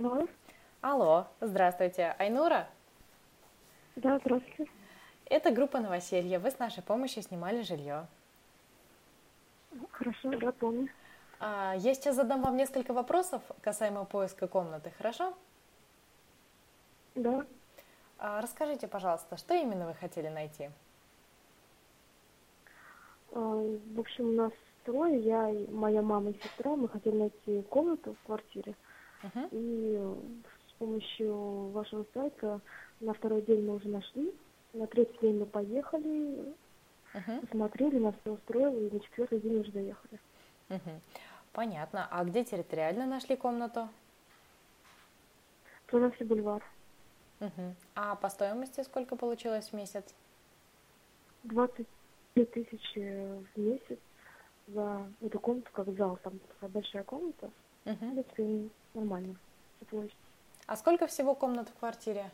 Алло. Алло, здравствуйте, Айнура. Да, здравствуйте. Это группа «Новоселье». Вы с нашей помощью снимали жилье. Хорошо, да, помню. А, я сейчас задам вам несколько вопросов касаемо поиска комнаты, хорошо? Да. А, расскажите, пожалуйста, что именно вы хотели найти? А, В общем, у нас трое, я, и моя мама и сестра, мы хотели найти комнату в квартире. Мгм. И э, с помощью вашего сайта на второй день мы уже нашли. На третий день мы поехали, Мгм. посмотрели, нас все устроило, и на четвертый день уже доехали. Мгм. Понятно. А где территориально нашли комнату? Трудовский бульвар. Мгм. А по стоимости сколько получилось в месяц? 22 тысячи в месяц за эту комнату, как зал, там такая большая комната. В Мгм. принципе, нормально. по площади. А сколько всего комнат в квартире?